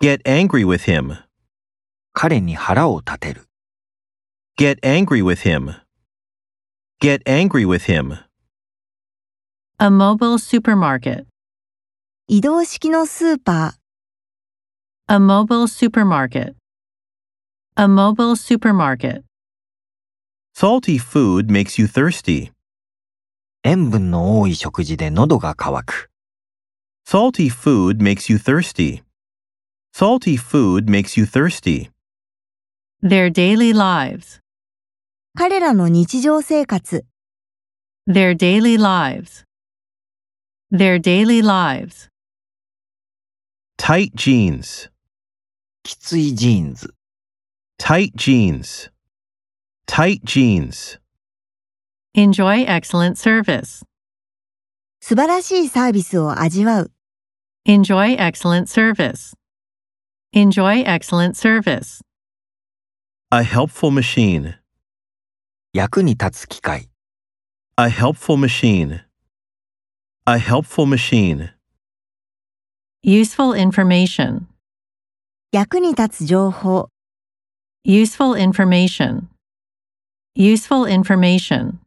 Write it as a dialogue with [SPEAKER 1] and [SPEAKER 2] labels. [SPEAKER 1] Get angry with him.
[SPEAKER 2] 彼に腹を立てる。
[SPEAKER 1] Get angry with him. Get angry with him.
[SPEAKER 3] A mobile supermarket.
[SPEAKER 4] 移動式のスーパ
[SPEAKER 3] A mobile supermarket. A mobile supermarket.
[SPEAKER 1] Salty food makes you thirsty.
[SPEAKER 2] 塩分の多い食事で喉が渇く。
[SPEAKER 1] Salty food makes you thirsty. Salty food makes you thirsty.
[SPEAKER 3] Their daily lives.
[SPEAKER 4] ー、彼らの日常生活。
[SPEAKER 3] Their daily lives. Their daily lives.
[SPEAKER 1] Tight jeans.
[SPEAKER 2] きついジーンズ。
[SPEAKER 1] Tight jeans. Tight jeans.
[SPEAKER 3] Enjoy excellent service.
[SPEAKER 4] 素晴らしいサービスを味わう。
[SPEAKER 3] Enjoy excellent service. Enjoy excellent service.
[SPEAKER 1] A helpful machine.
[SPEAKER 2] 役に立つ機械。
[SPEAKER 1] A helpful machine. A helpful machine.
[SPEAKER 3] Useful information.
[SPEAKER 4] 役に立つ情報。
[SPEAKER 3] Useful information. Useful information.